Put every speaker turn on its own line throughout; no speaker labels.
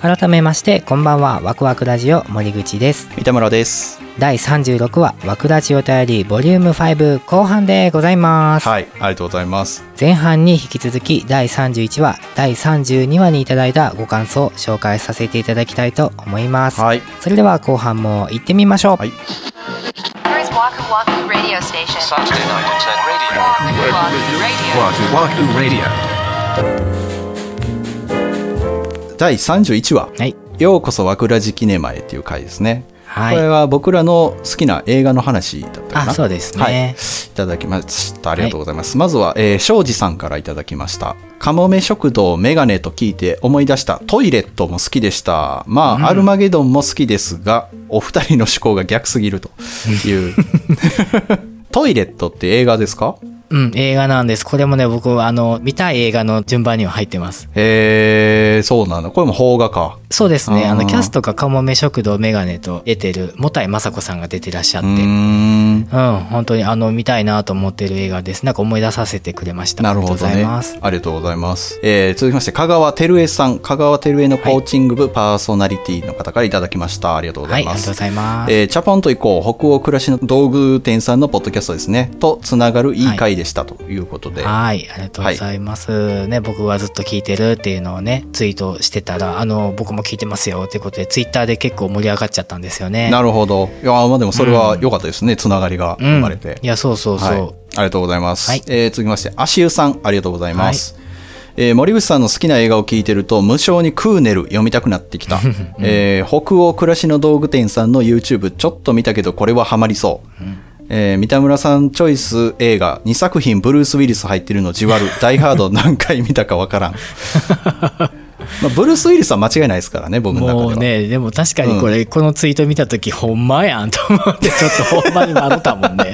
改めましてこんばんはワクワクラジオ森口です
三田村です
第36話ワクラジオ頼りボリューム5後半でございます、
はいありがとうございます
前半に引き続き第31話第32話にいただいたご感想を紹介させていただきたいと思います、
はい
それでは後半も行ってみましょう、
はい
Here's Waku Waku Radio Station.
Saturday night at 10 radio.
Waku Waku
Wahoo
Radio.
Wahoo Radio.
第31話、
はい
ようこそワクラジキネマへっていう回ですね、
はい
これは僕らの好きな映画の話だったかな
あそうですね
はい、いただきましたありがとうございます、まずは、えー庄司さんからいただきましたカモメ食堂メガネと聞いて思い出したトイレットも好きでしたまあ、アルマゲドンも好きですがお二人の思考が逆すぎるという トイレットって映画ですか
うん映画なんですこれもね僕あの見たい映画の順番には入ってます
えー、そうなんだこれも邦画か
そうですねあ
あ
の
ー
キャストがカモメ食堂メガネと出てるもたいまさこさんが出てらっしゃっ
う
て
ーん
うん、本当にあの見たいなと思ってる映画です。なんか思い出させてくれました。
なるほど
ありがとうござ
ね。
います。
ありがとうございます。えー続きまして、香川照江さん。香川照江のコーチング部パーソナリティの方からいただきました。ありがとうご
は
ざ
い、
い
ありが
ま
とう
す
ご。ざいます。
えーチャポンと行こう北欧暮らしの道具店さんのポッドキャストですねとつながるいい回でしたということで、
はい、ありがとうございます。ね、僕はずっと聞いてるっていうのをね、ツイートしてたら、あの、僕も聞いてますよってことで、ツイッターで結構盛り上がっちゃったんですよね。
なるほどいやーまあでもそれは良かったですね、つながりが
うん
生まれて、
いや、そうそうそう。
はい、ありがとうございます、
はい
えー続きまして足湯さんありがとうございます、えー森口さんの好きな映画を聞いてると無性にクーネル読みたくなってきた、えー北欧暮らしの道具店さんの YouTube ちょっと見たけどこれはハマりそう、えー三田村さんチョイス映画2作品ブルース・ウィリス入ってるのじわ るダイハード何回見たかわからん、まあ、ブルース・ウィリスは間違いないですからね僕の中では
もうね、でも確かにこれ、このツイート見たとき、ほんまやんと思って、ちょっとほんまになったもんね。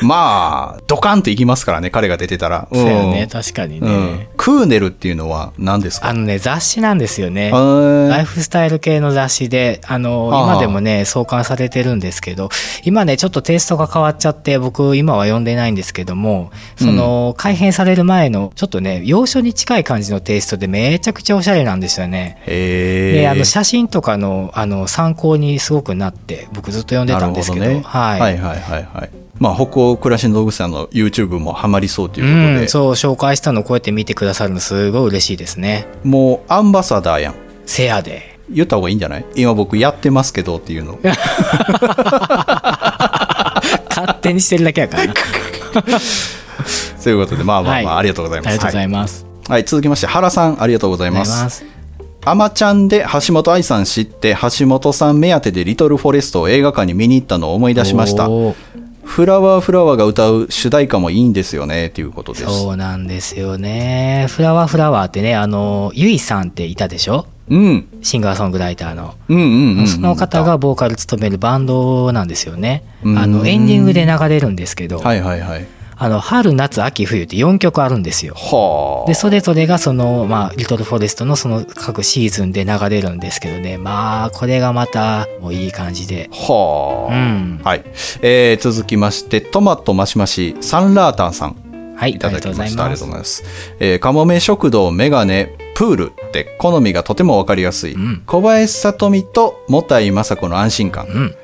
まあドカンといきますからね彼が出てたら、
そうよね、
うん
確かに
う
ね。
ん、クーネルっていうのは何ですか
あのね、雑誌なんですよね。
へー
ライフスタイル系の雑誌で、あの、
はあはあ
今でもね、創刊されてるんですけど、今ね、ちょっとテイストが変わっちゃって、僕、今は読んでないんですけども、その、改編される前の、ちょっとね、洋書に近い感じのテイストで、めちゃくちゃおしゃれなんですよね。
へえ。
で、あの、写真とかの、あの、参考にすごくなって、僕ずっと読んでたんですけど、
なるほね
はい。
はいはいはいはいまあ、北欧暮らしの道具さんの YouTube もハマりそうということで、
うん、そう、紹介したのこうやって見てくださるの、すごい嬉しいですね。
もうアンバサダーやん。
せやで。
言った方がいいんじゃない今僕やってますけどっていうの。
勝手にしてるだけやからな。
ということで、まあまあまあ、
はい
ありがとうございます。
ありがとうござ
はい
ます。
い、はい続きまして、原さん、ありがとうござ
あ
い
りが
ま。
とうございますす。
アマちゃんで橋本愛さん知って、橋本さん目当てでリトルフォレストを映画館に見に行ったのを思い出しました。
おー
フラワーフラワーが歌う主題歌もいいんですよね、ということです。
そうなんですよね。フラワーフラワーってね、あの、ゆいさんっていたでしょ
うん。
シンガーソングライターの。
うんうんうんうん。
その方がボーカル務めるバンドなんですよね。
うん
あの、エンディングで流れるんですけど、
はいはいはい。
あの、春、夏、秋、冬って4曲あるんですよ。
はあ。
で、それぞれがその、まあ、リトルフォレストのその各シーズンで流れるんですけどね。まあ、これがまた、もういい感じで。
はあ、
うん
はい、えー続きましてトマトマシマシサンラータンさん
はい、
いただきましたありがとうござ
す。
いますえーカモメ食堂メガネプールって好みがとても分かりやすい、
ん
小林聡美ともたいまさこの安心感、
ん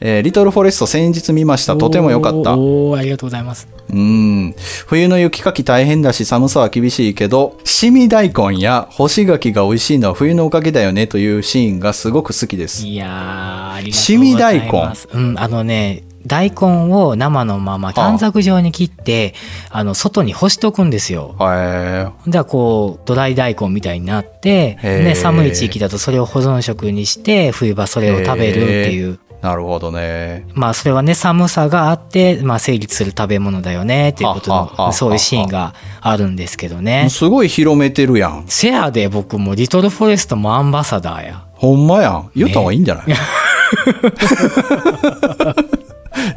えーリトルフォレスト先日見ましたとても良かっ
おー
た
おーありがとうございます。
うん冬の雪かき大変だし寒さは厳しいけどシミ大根や干し柿が美味しいのは冬のおかげだよねというシーンがすごく好きです
いやー、ありがと
シ
う
ミ
ござ
大根
います。うん、あのね、大根を生のまま短冊状に切って、あの、外に干しとくんですよ。
へ
ではこう、ドライ大根みたいになって、
へー
ね、寒い地域だとそれを保存食にして、冬場それを食べるっていう。
えなるほどね
まあそれはね寒さがあって、まあ、成立する食べ物だよねっていうこと
ははは
のそういうシーンがあるんですけどね
すごい広めてるやん。
せやで僕もリトルフォレストもアンバサダーや
ほんまやん。言った方がいいんじゃない、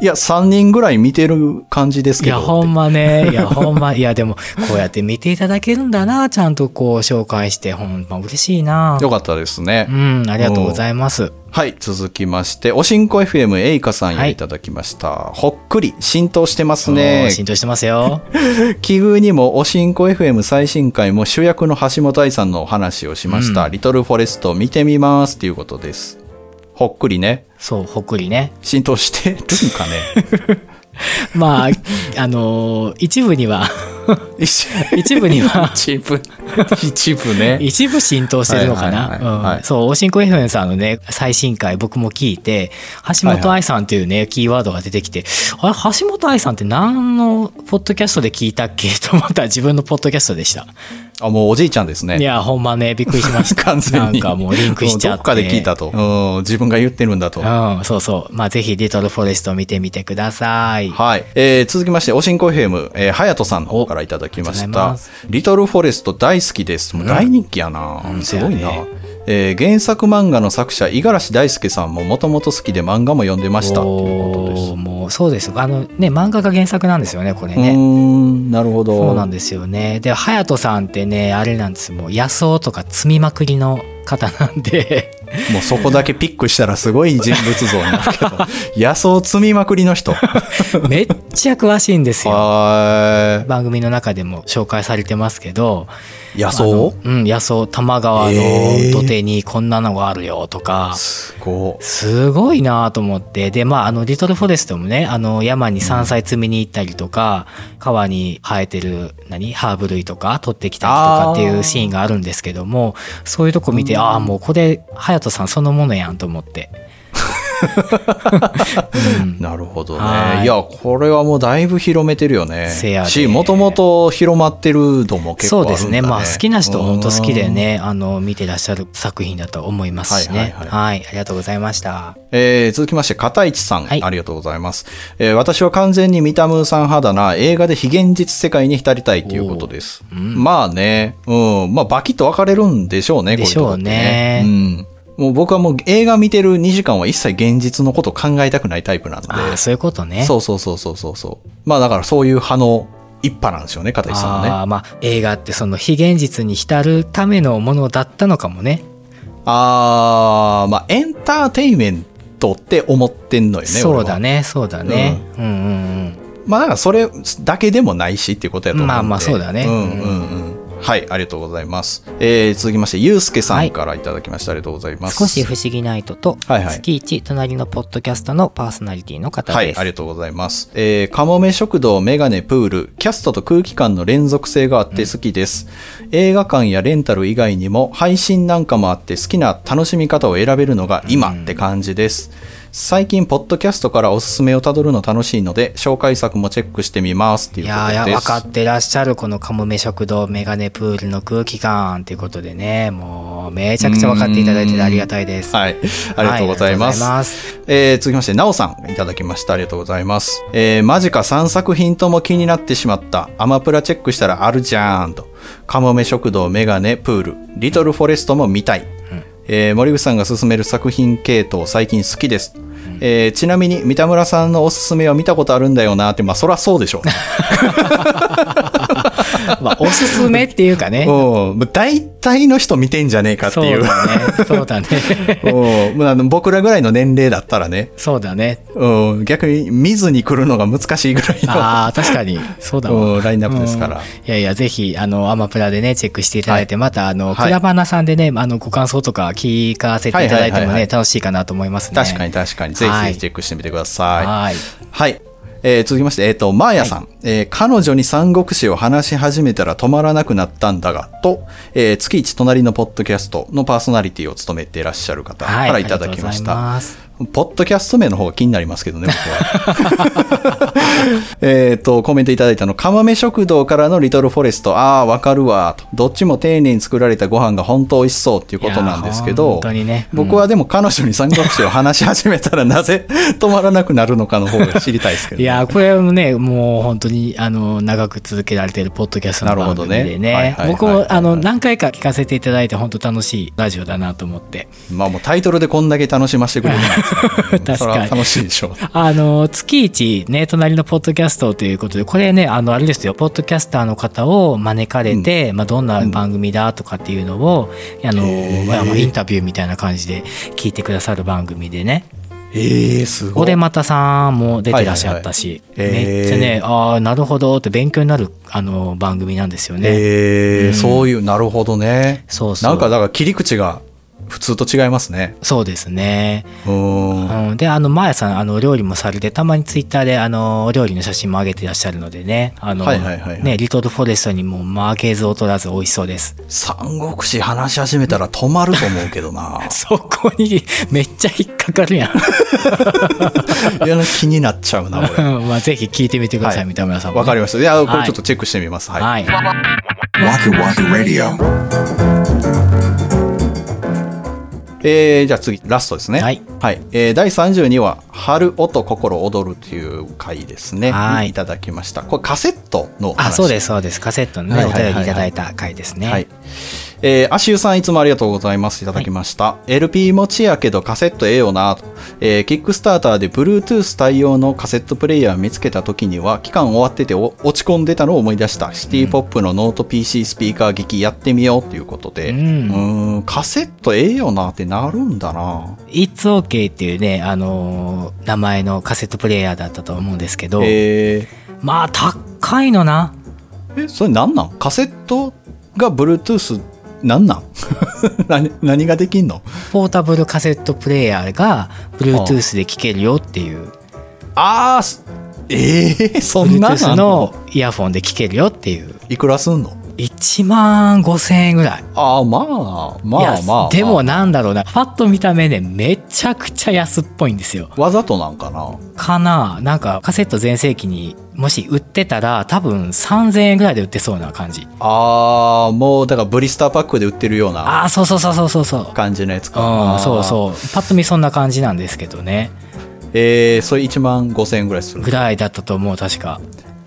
いや、3人ぐらい見てる感じです
い
けど。
や、ほんまね。いや、ほんま。いや、でも、こうやって見ていただけるんだな。ちゃんとこう、紹介して、ほんま嬉しいな。
よかったですね。
うん、ありがとうございます。
はい、続きまして、おしんこ FM エイカさんよ
は
り
い
いただきました。ほっくり、浸透してます
もう
ね。
浸透してますよ。
奇遇にもおしんこ FM 最新回も主役の橋本愛さんのお話をしました。リトルフォレスト見てみますということです。ほっくりね。
そう、ほっくりね。
浸透してるんかね。
まあ、あのー一部には、
一、
一部には
一部。一部ね。
一部浸透してるのか
はいはいはい
な
はい
うんそう、オーシンコエフェンさんのね、最新回僕も聞いて、橋本愛さんっていうね、キーワードが出てきて、あれ、橋本愛さんって何のポッドキャストで聞いたっけと思ったら自分のポッドキャストでした。
あ、もうおじいちゃんです
い
ね。
や、ほんまね、びっくりしました。
完全
なん
に。
かもうリンクしちゃって。
どっかで聞いたと。うん、自分が言ってるんだと。
うん、そうそう。まあ、ぜひ、リトルフォレスト見てみてください。
はい。えー続きまして、おしんこ FM、えー、はやとさんの方からいただきま
あ
し
りがとう
た
ござ。
リトルフォレスト大好きです。もう大人気やな、
うん
すごい
そ
な
うやね。
えー原作漫画の作者、五十嵐大輔さんももともと好きで漫画も読んでました。ということです。
おーもうそうですあのね漫画が原作なんですよねこれ
うー
ね
ん、なるほど。
そうなんですよねで隼人さんってねあれなんですもう野草とか積みまくりの方なん で
もうそこだけピックしたらすごい人物像になるけど、野草積みまくりの人。
めっちゃ詳しいんですよ
は
番組の中でも紹介されてますけど
ーい。野
あの
草
うん野草多摩川
えー
の土手にこんなのがあるよとか、
すごい。
すごいなと思って。で、まあ、あの、リトルフォレストもね、あの、山に山菜摘みに行ったりとか、川に生えてる、何ハーブ類とか、取ってきたりとかっていうシーンがあるんですけども、そういうとこ見て、ああ、もうこれ、隼人さんそのものやんと思って。うん
なるほど
は
ね。
い
いや、これはもうだいぶ広めてるよね。
せやで
し、もともと広まってるのも結構
そ
あ
う
るんだ、ね。
ですね。まあ、好きな人は本当好きで
うん。
ね、あの、見てらっしゃる作品だと思いますしね。
は
はいい
は
ありがとうございました。
えー続きまして、片市さん、
はい
ありがとうございます。えー私は完全に三田ムーさん派だな、映画で非現実世界に浸りたいということです。まあね、うん、まあ、バキッと分かれるんでしょうね、こういうとこって
でしょう
ね。うん。もう僕はもう映画見てる2時間は一切現実のことを考えたくないタイプなんで。
ああ、そういうことね。
そうそうそうそうそうそう。まあだからそういう派の一派なんですよね、片市さんはね。
ああまあ映画ってその非現実に浸るためのものだったのかもね
あー、まあエンターテインメントって思ってんのよね。
そうだ
ね。
ねそうだね、うん、うん
まあだからそれだけでもないしっていうことやと思うんで
まあまあそうだね
うんうんうん。はい、ありがとうございます。えー、続きまして、ゆうすけさ
は
ん
い
からいただきました。ありがとうございます。
少し不思議ナイトと、
はいはい
月一隣のポッドキャストのパーソナリティの方
は
で
い、
す。
ありがとうございます。えー、カモメ食堂、メガネ、プール、キャストと空気感の連続性があって好きです。映画館やレンタル以外にも配信なんかもあって好きな楽しみ方を選べるのが今って感じです。最近、ポッドキャストからおすすめをたどるの楽しいので、紹介作もチェックしてみますって
い
いうこと
や
で
い
す。
や分かってらっしゃるこの「カモメ食堂メガネプールの空気感」ということでねもうめちゃくちゃ分かっていただいててありがたいです
はい。ありがとうござい
はいありがとうござ
ます。
います
えー続きまして、なおさん、いただきました。ありがとうございます。えー、マジか3作品とも気になってしまった。アマプラチェックしたらあるじゃーんと。カモメ食堂、メガネ、プール、リトルフォレストも見たい。えー森口さんが勧める作品系統、最近好きです。えーちなみに、三田村さんのおすすめは見たことあるんだよなって、まあ、そらそうでしょうね。
まあおすすめっていうか ね
うん。大体の人見てんじゃねえかって
そ
いうう。
だねそうだね
うんまああの僕らぐらいの年齢だったらね、
そうだね
うん、逆に見ずに来るのが難しいぐらいの、
ああ確かにそうだ
う
わ
んラインナップですから
うんいやいやぜひあのアマプラでねチェックしていただいて、またあの、
はい
クラバナさんでねあのご感想とか聞かせていただいてもね、
はいはいはいはい
楽しいかなと思いますね
確かに確かに、ぜひ
は
ぜ
い
ひチェックしてみてください。
はい
はい。えー続きまして、えっ、と、マーヤさん、えー彼女に三国志を話し始めたら止まらなくなったんだが、と、えー月一隣のポッドキャストのパーソナリティを務めていらっしゃる方
は
からいただきまし
ありがとうござい
た。
ます
ポッドキャスト名の方が気になりますけどね、僕は。 えっと、コメントいただいたの、カマメ食堂からのリトルフォレスト、ああ、わかるわ、と。どっちも丁寧に作られたご飯が本当美味しそうっていうことなんです
い
け
や
ど、
本当にねうん
僕はでも彼女に三国志を話し始めたらなぜ止まらなくなるのかの方が知りたいですけど、
いやーこれもねもう本当にあの長く続けられているポッドキャストの番組
なるほど
で
ね
ね
はいはいはいはい
僕もあの何回か聞かせていただいて本当楽しいラジオだなと思って
まあもうタイトルでこんだけ楽しませてくれるなん て
確
それは
かに。
楽しいでしょう。
あの月一ね隣のポッドキャストということでこれねあのあれですよポッドキャスターの方を招かれて、まあ、どんな番組だとかっていうのを、あの
へー
まあまあインタビューみたいな感じで聞いてくださる番組でね
ええすごい。
おでまたさんも出てらっしゃったし、
はいはいはいへー
めっちゃねああなるほどって勉強になるあの番組なんですよね。
ええそういう、なるほどね。
そうそう
なんか、だから切り口が普通と違いますね。
そうですね。
うーん。
うん、で、あの、まやさん、あの、お料理もされて、たまにツイッターで、あの、お料理の写真も上げてらっしゃるのでね。あの、
はいはいはいはい
ね、リトルフォレストにも負けず劣らず美味しそうです。。
三国志話し始めたら止まると思うけどな
そこに、 めっちゃ引っかかるやん。
いや、気になっちゃうな、俺。
まあ、ぜひ聞いてみてください、
はい
三田村さんも、
わかりました。いや、こ
は
れ
い
ちょっとチェックしてみます。はい。
はい。
Waku Waku Radio.
えー、じゃあ次、ラストですね。
はい。
えー第32話、春音心踊るという回ですね。
はい
いただきました。これカセットの話。
あ、そうです、そうです。カセットのね、
はいはいはいはい
お便りいただいた回ですね。
はい。えー、アシューさんいつもありがとうございます。いただきました。LP 持ちやけどカセットええよなと。えー、キックスターターで Bluetooth 対応のカセットプレイヤー見つけた時には、期間終わっててお落ち込んでたのを思い出した。シティポップのノート PC スピーカー劇やってみようということで。
うん
ーんカセットええよなってなるんだな。
It's OK っていうね、あのー名前のカセットプレイヤーだったと思うんですけど、
え
まあ、高いのな。
ー、え、それなんなんカセットが Bluetooth なんなん 何何ができんの
ポータブルカセットプレイヤーが Bluetooth で聴けるよっていう、
あーす、えー、そんなんな
Bluetooth のイヤフォンで聴けるよっていう
いくらすんの
1万5000円ぐらい
ああ、まあ、まあ
い
ま
や
あ、まあ。
でもなんだろうなパッと見た目ねめちゃくちゃ安っぽいんですよ
わざとなんかな。
かななんかカセット全盛期にもし売ってたら多分3000円ぐらいで売ってそうな感じ
ああ、もう、だからブリスターパックで売ってるような
ああそうそうそうそうそうそううん
感じのやつかな。
そうそうパッと見そんな感じなんですけどね
う。えー、それ1万5千円ぐらいする
ぐ。らいだったと思う確か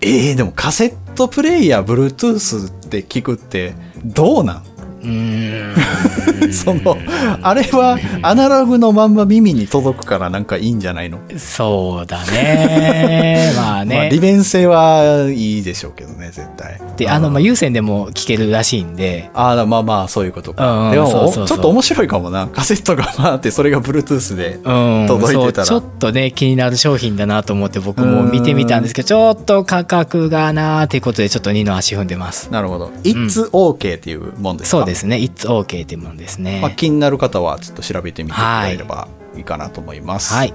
えー、でもカセットプレイヤー、Bluetooth って聞くって、どうなん
うーん
その、あれはアナログのまんま耳に届くからなんかいいんじゃないの、
そうだねまあね、
まあ、利便性はいいでしょうけどね、絶対。
で、あの、まあ、有線でも聞けるらしいんで、
ああ、まあまあ、そういうこと
うんう
か。
ん
でも
そうそうそう
おちょっと面白いかもな。 カセットが回って、それが Bluetooth で
うん、
届いてたら。
そうちょっとね、気になる商品だなと思って僕も見てみたんですけど、ちょっと価格がなーっていうことで、ちょっと2の足踏んでます。
なるほど。It's OK っていうもんですか、
そうですね、It's OK ってもんですね。
まあ、気になる方は、ちょっと調べてみていただければいいかなと思います。
はい。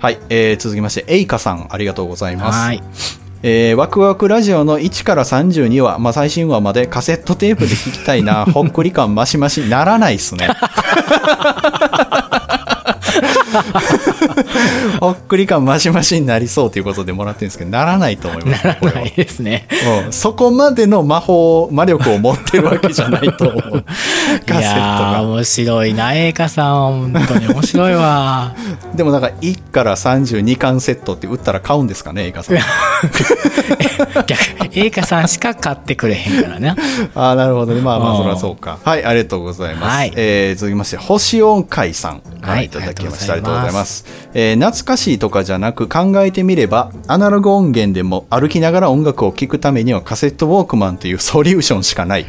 はい、えー続きまして、エイカさん、ありがとうございます。
はい。
えーワクワクラジオの1から32話、まあ、最新話までカセットテープで聞きた いな、ほっくり感マシマシならないっすね。ほっくり感マシマシになりそうということでもらってるんですけど、ならないと思いま
な
す、ね。
ら ないですね。
うんそこまでの魔法、魔力を持ってるわけじゃないと思う。カセット
いやー、
が。
面白いな、栄華さん。本当に面白い わ。
でもなんか1から32巻セットって打ったら買うんですかね、映画さん。
逆、栄華さんしか買ってくれへんからね。
ああ、なるほどね。まあま
う
あ、
ん
そりゃそうか。はい、ありがとうございます。
はい
えー続きまして、星音会さんか
は
ら
い
いただきました。
あ
あ
り
り
がとうご
がとうご
ざ
ざ
い
い
ま
ます。えー懐かしいとかじゃなく、考えてみれば、アナログ音源でも歩きながら音楽を聴くためにはカセットウォークマンというソリューションしかない。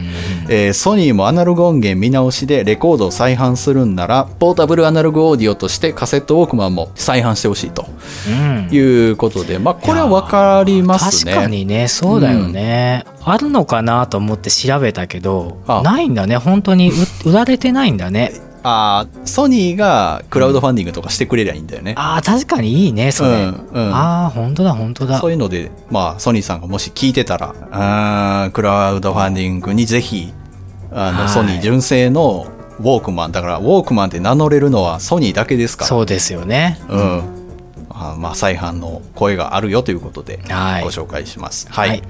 えーソニーもアナログ音源見直しでレコードを再販するんなら、ポータブルアナログオーディオとしてカセットウォークマンも再販してほしいと
うん。
いうことで、まあ、これはわかりますね。
確かにねそうだよね、あるのかなと思って調べたけど
あ
ないんだね本当 にう売られてないんだね
あーソニーがクラウドファンディングとかしてくれりゃいいんだよね。
あー確かにいいねそれ、
うんうん
ああ本当だ本当だ
そういうので、まあ、ソニーさんがもし聞いてたら、あークラウドファンディングにぜひ、
は
あの、
い
ソニー純正のウォークマン、だから、ウォークマンって名乗れるのはソニーだけですから。
そうですよね
うん。あまあ、再販の声があるよということで、
はい
ご紹介します。はい。
はい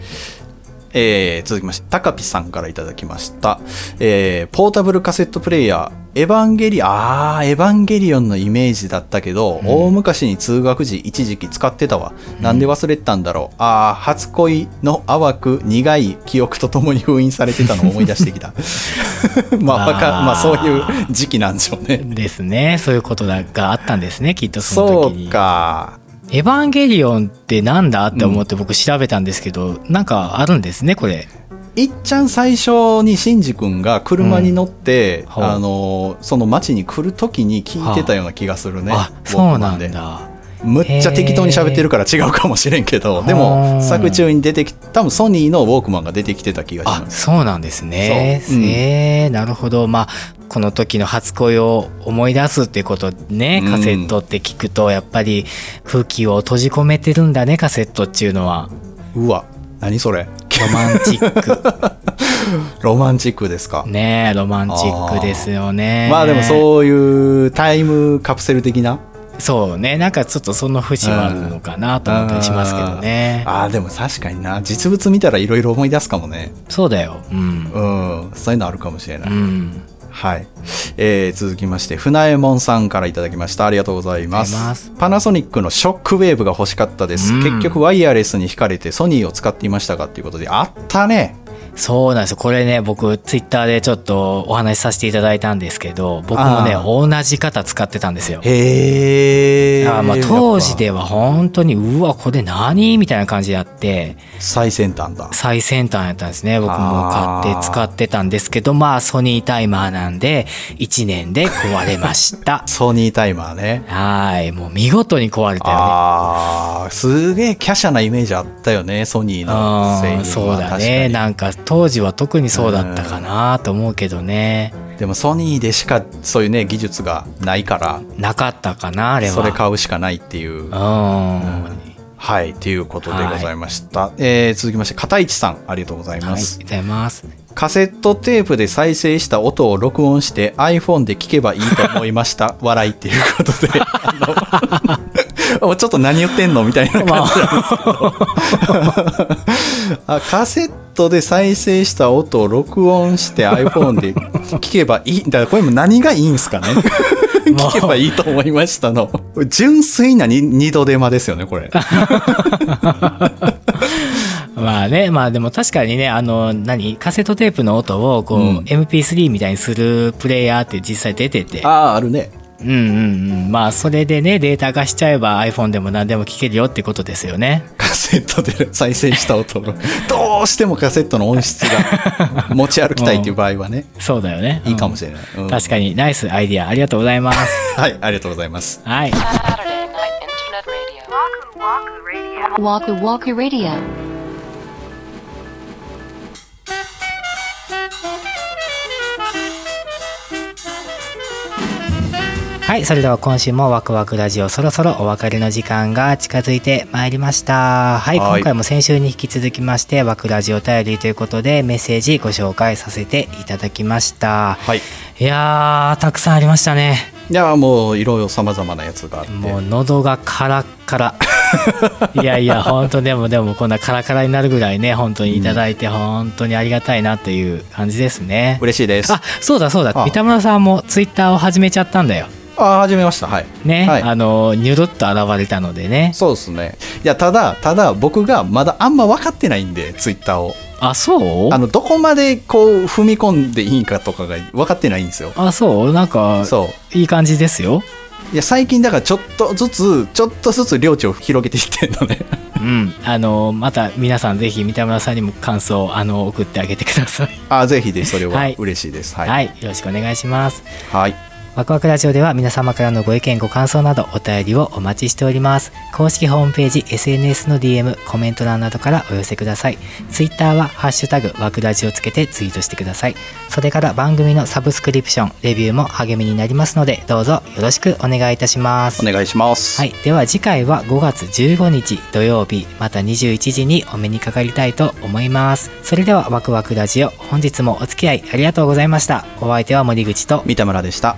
えー続きまして、タカピさんからいただきました。えーポータブルカセットプレイヤー、エヴァンゲリ、あー、エヴァンゲリオンのイメージだったけど、大昔に通学時一時期使ってたわ。なんで忘れてたんだろう。あ ー、初恋の淡く苦い記憶とともに封印されてたのを思い出してきた。 まあ、
あー
わかまあそういう時期なんでしょうね。
ですね。そういうことだがあったんですね、きっとその
そ
時に。
うか。
エヴァンゲリオンってなんだって思って僕調べたんですけど、なんかあるんですね、これ。
いっちゃん最初にシンジ君が車に乗って、
うん
あのその町に来る時に聞いてたような気がするね、
あ、
ウォ
そ
ー
う
クマ
な
ン
ん
で
だ。
むっちゃ適当に喋ってるから違うかもしれんけどで
うん
も作中に出てき多分ソニーのウォークマンが出てきてた気がし
あ
ます
そうなんですね。
そううん
えーなるほど、まあ、この時の初恋を思い出すっていうことね
うん
カセットって聞くとやっぱり空気を閉じ込めてるんだねカセットっていうのは
うわ何それ
ロマンチッ
ロマンチックですか、
クねロマンチックですよね。
まあでもそういうタイムカプセル的な
そうねなんかちょっとその節はあるのかなと思ったりしますけどね。
あーあーでも確かにな実物見たらいろいろ思い出すかもね
そうだよ。うん。
うんそういうのあるかもしれない、
うん。
はい、えー続きまして船右衛門さんからいただきましたありがとうございます
ありがとうござい
パナソニックのショックウェーブが欲しかったです、
うん
結局ワイヤレスに惹かれてソニーを使っていましたかっていうことであったね
そうなんですよこれね僕ツイッターでちょっとお話しさせていただいたんですけど僕もね
あ
同じ方使ってたんですよ。
へえ
あーまあ当時では本当にうわこれ何みたいな感じであって
最先端だ
最先端やったんですね僕も買って使ってたんですけどまあソニータイマーなんで1年で壊れました
ソニータイマーね
はーいもう見事に壊れたよね
あーすげえ華奢なイメージあったよねソニーの製品
う
は
んそうだ
確か
ね
に
なんか当時は特にそうだったかなと思うけどね
でもソニーでしかそういうね技術がないから
なかったかなあれは
それ買うしかないっていう
うん、はい
はい、ということでございました。えー続きまして、片市さん、ありがとうござい
ありが
ま
と
す、
うございます
カセットテープで再生した音を録音して iPhone で聞けばいいと思いました。笑いっていうこと で、あのもうちょっと何言ってんのみたいな感じなんですけど あカセットで再生した音を録音して iPhone で聞けばいい。だからこれも何がいいん すかね聞けばいいと思いましたの。純粋なに二度手間ですよね、こ れ。
まあね、まあでも確かにね、あの、何、カセットテープの音を、こう、
うん
MP3 みたいにするプレイヤーって実際出てて、
ああ、あるね。
うんうんうん。まあ、それでね、データ化しちゃえば iPhone でも何でも聞けるよってことですよね。
カセットで再生した 音の、どうしてもカセットの音質が持ち歩きたいっていう場合はね、
そうだよね。
いいかも
し
しれない。
れ
うん
確かに、ナイスアイディア、ありがとうございます。
はい、ありがとうございます。
はい。
Saturday night internet radio.
Waku Waku Radio.
はい、それでは今週もワクワクラジオそろそろお別れの時間が近づいてまいりました。はい、
はい
今回も先週に引き続きましてワクラジオ頼りということでメッセージご紹介させていただきました。
はい。
いやー、たくさんありましたね。
いや、もういろいろ様々なやつがあって。
もう喉がカラッカラ。 いやいや、本当でもでもこんなカラカラになるぐらいね、本当にいただいて本当にありがたいなという感じですね。
嬉しいです。
あ、そうだそうだ、
あ
三田村さんもツイッターを始めちゃったんだよ。
あ、始めました。はい。
ね、
はい
あのニュルッと現れたのでね
そうですね。いや、ただ、ただ僕がまだあんま分かってないんで、ツイッターを。
あそう
あ
あ
の、どこまでこう踏み込んでいいんかとかが分かってないんですよ。
そうなんか
そう。
いい感じですよ
いや、最近だからちょっとずつ、ちょっとずつ領地を広げていってんの ね。
うんあのまた皆さんぜひ三田村さんにも感想をあの送ってあげてください
あ、ぜひです。それは
はい
嬉しいです。は。
はいい、よろしくお願いします
はい。
ワクワクラジオでは皆様からのご意見ご感想などお便りをお待ちしております公式ホームページ SNS の DM コメント欄などからお寄せください Twitter は「ハッシュタグワクラジ」をつけてツイートしてくださいそれから番組のサブスクリプションレビューも励みになりますのでどうぞよろしくお願いいたします
お願いします。
はい、では次回は5月15日土曜日また21時にお目にかかりたいと思いますそれではワクワクラジオ本日もお付き合いありがとうございましたお相手は森口と
三田村でした。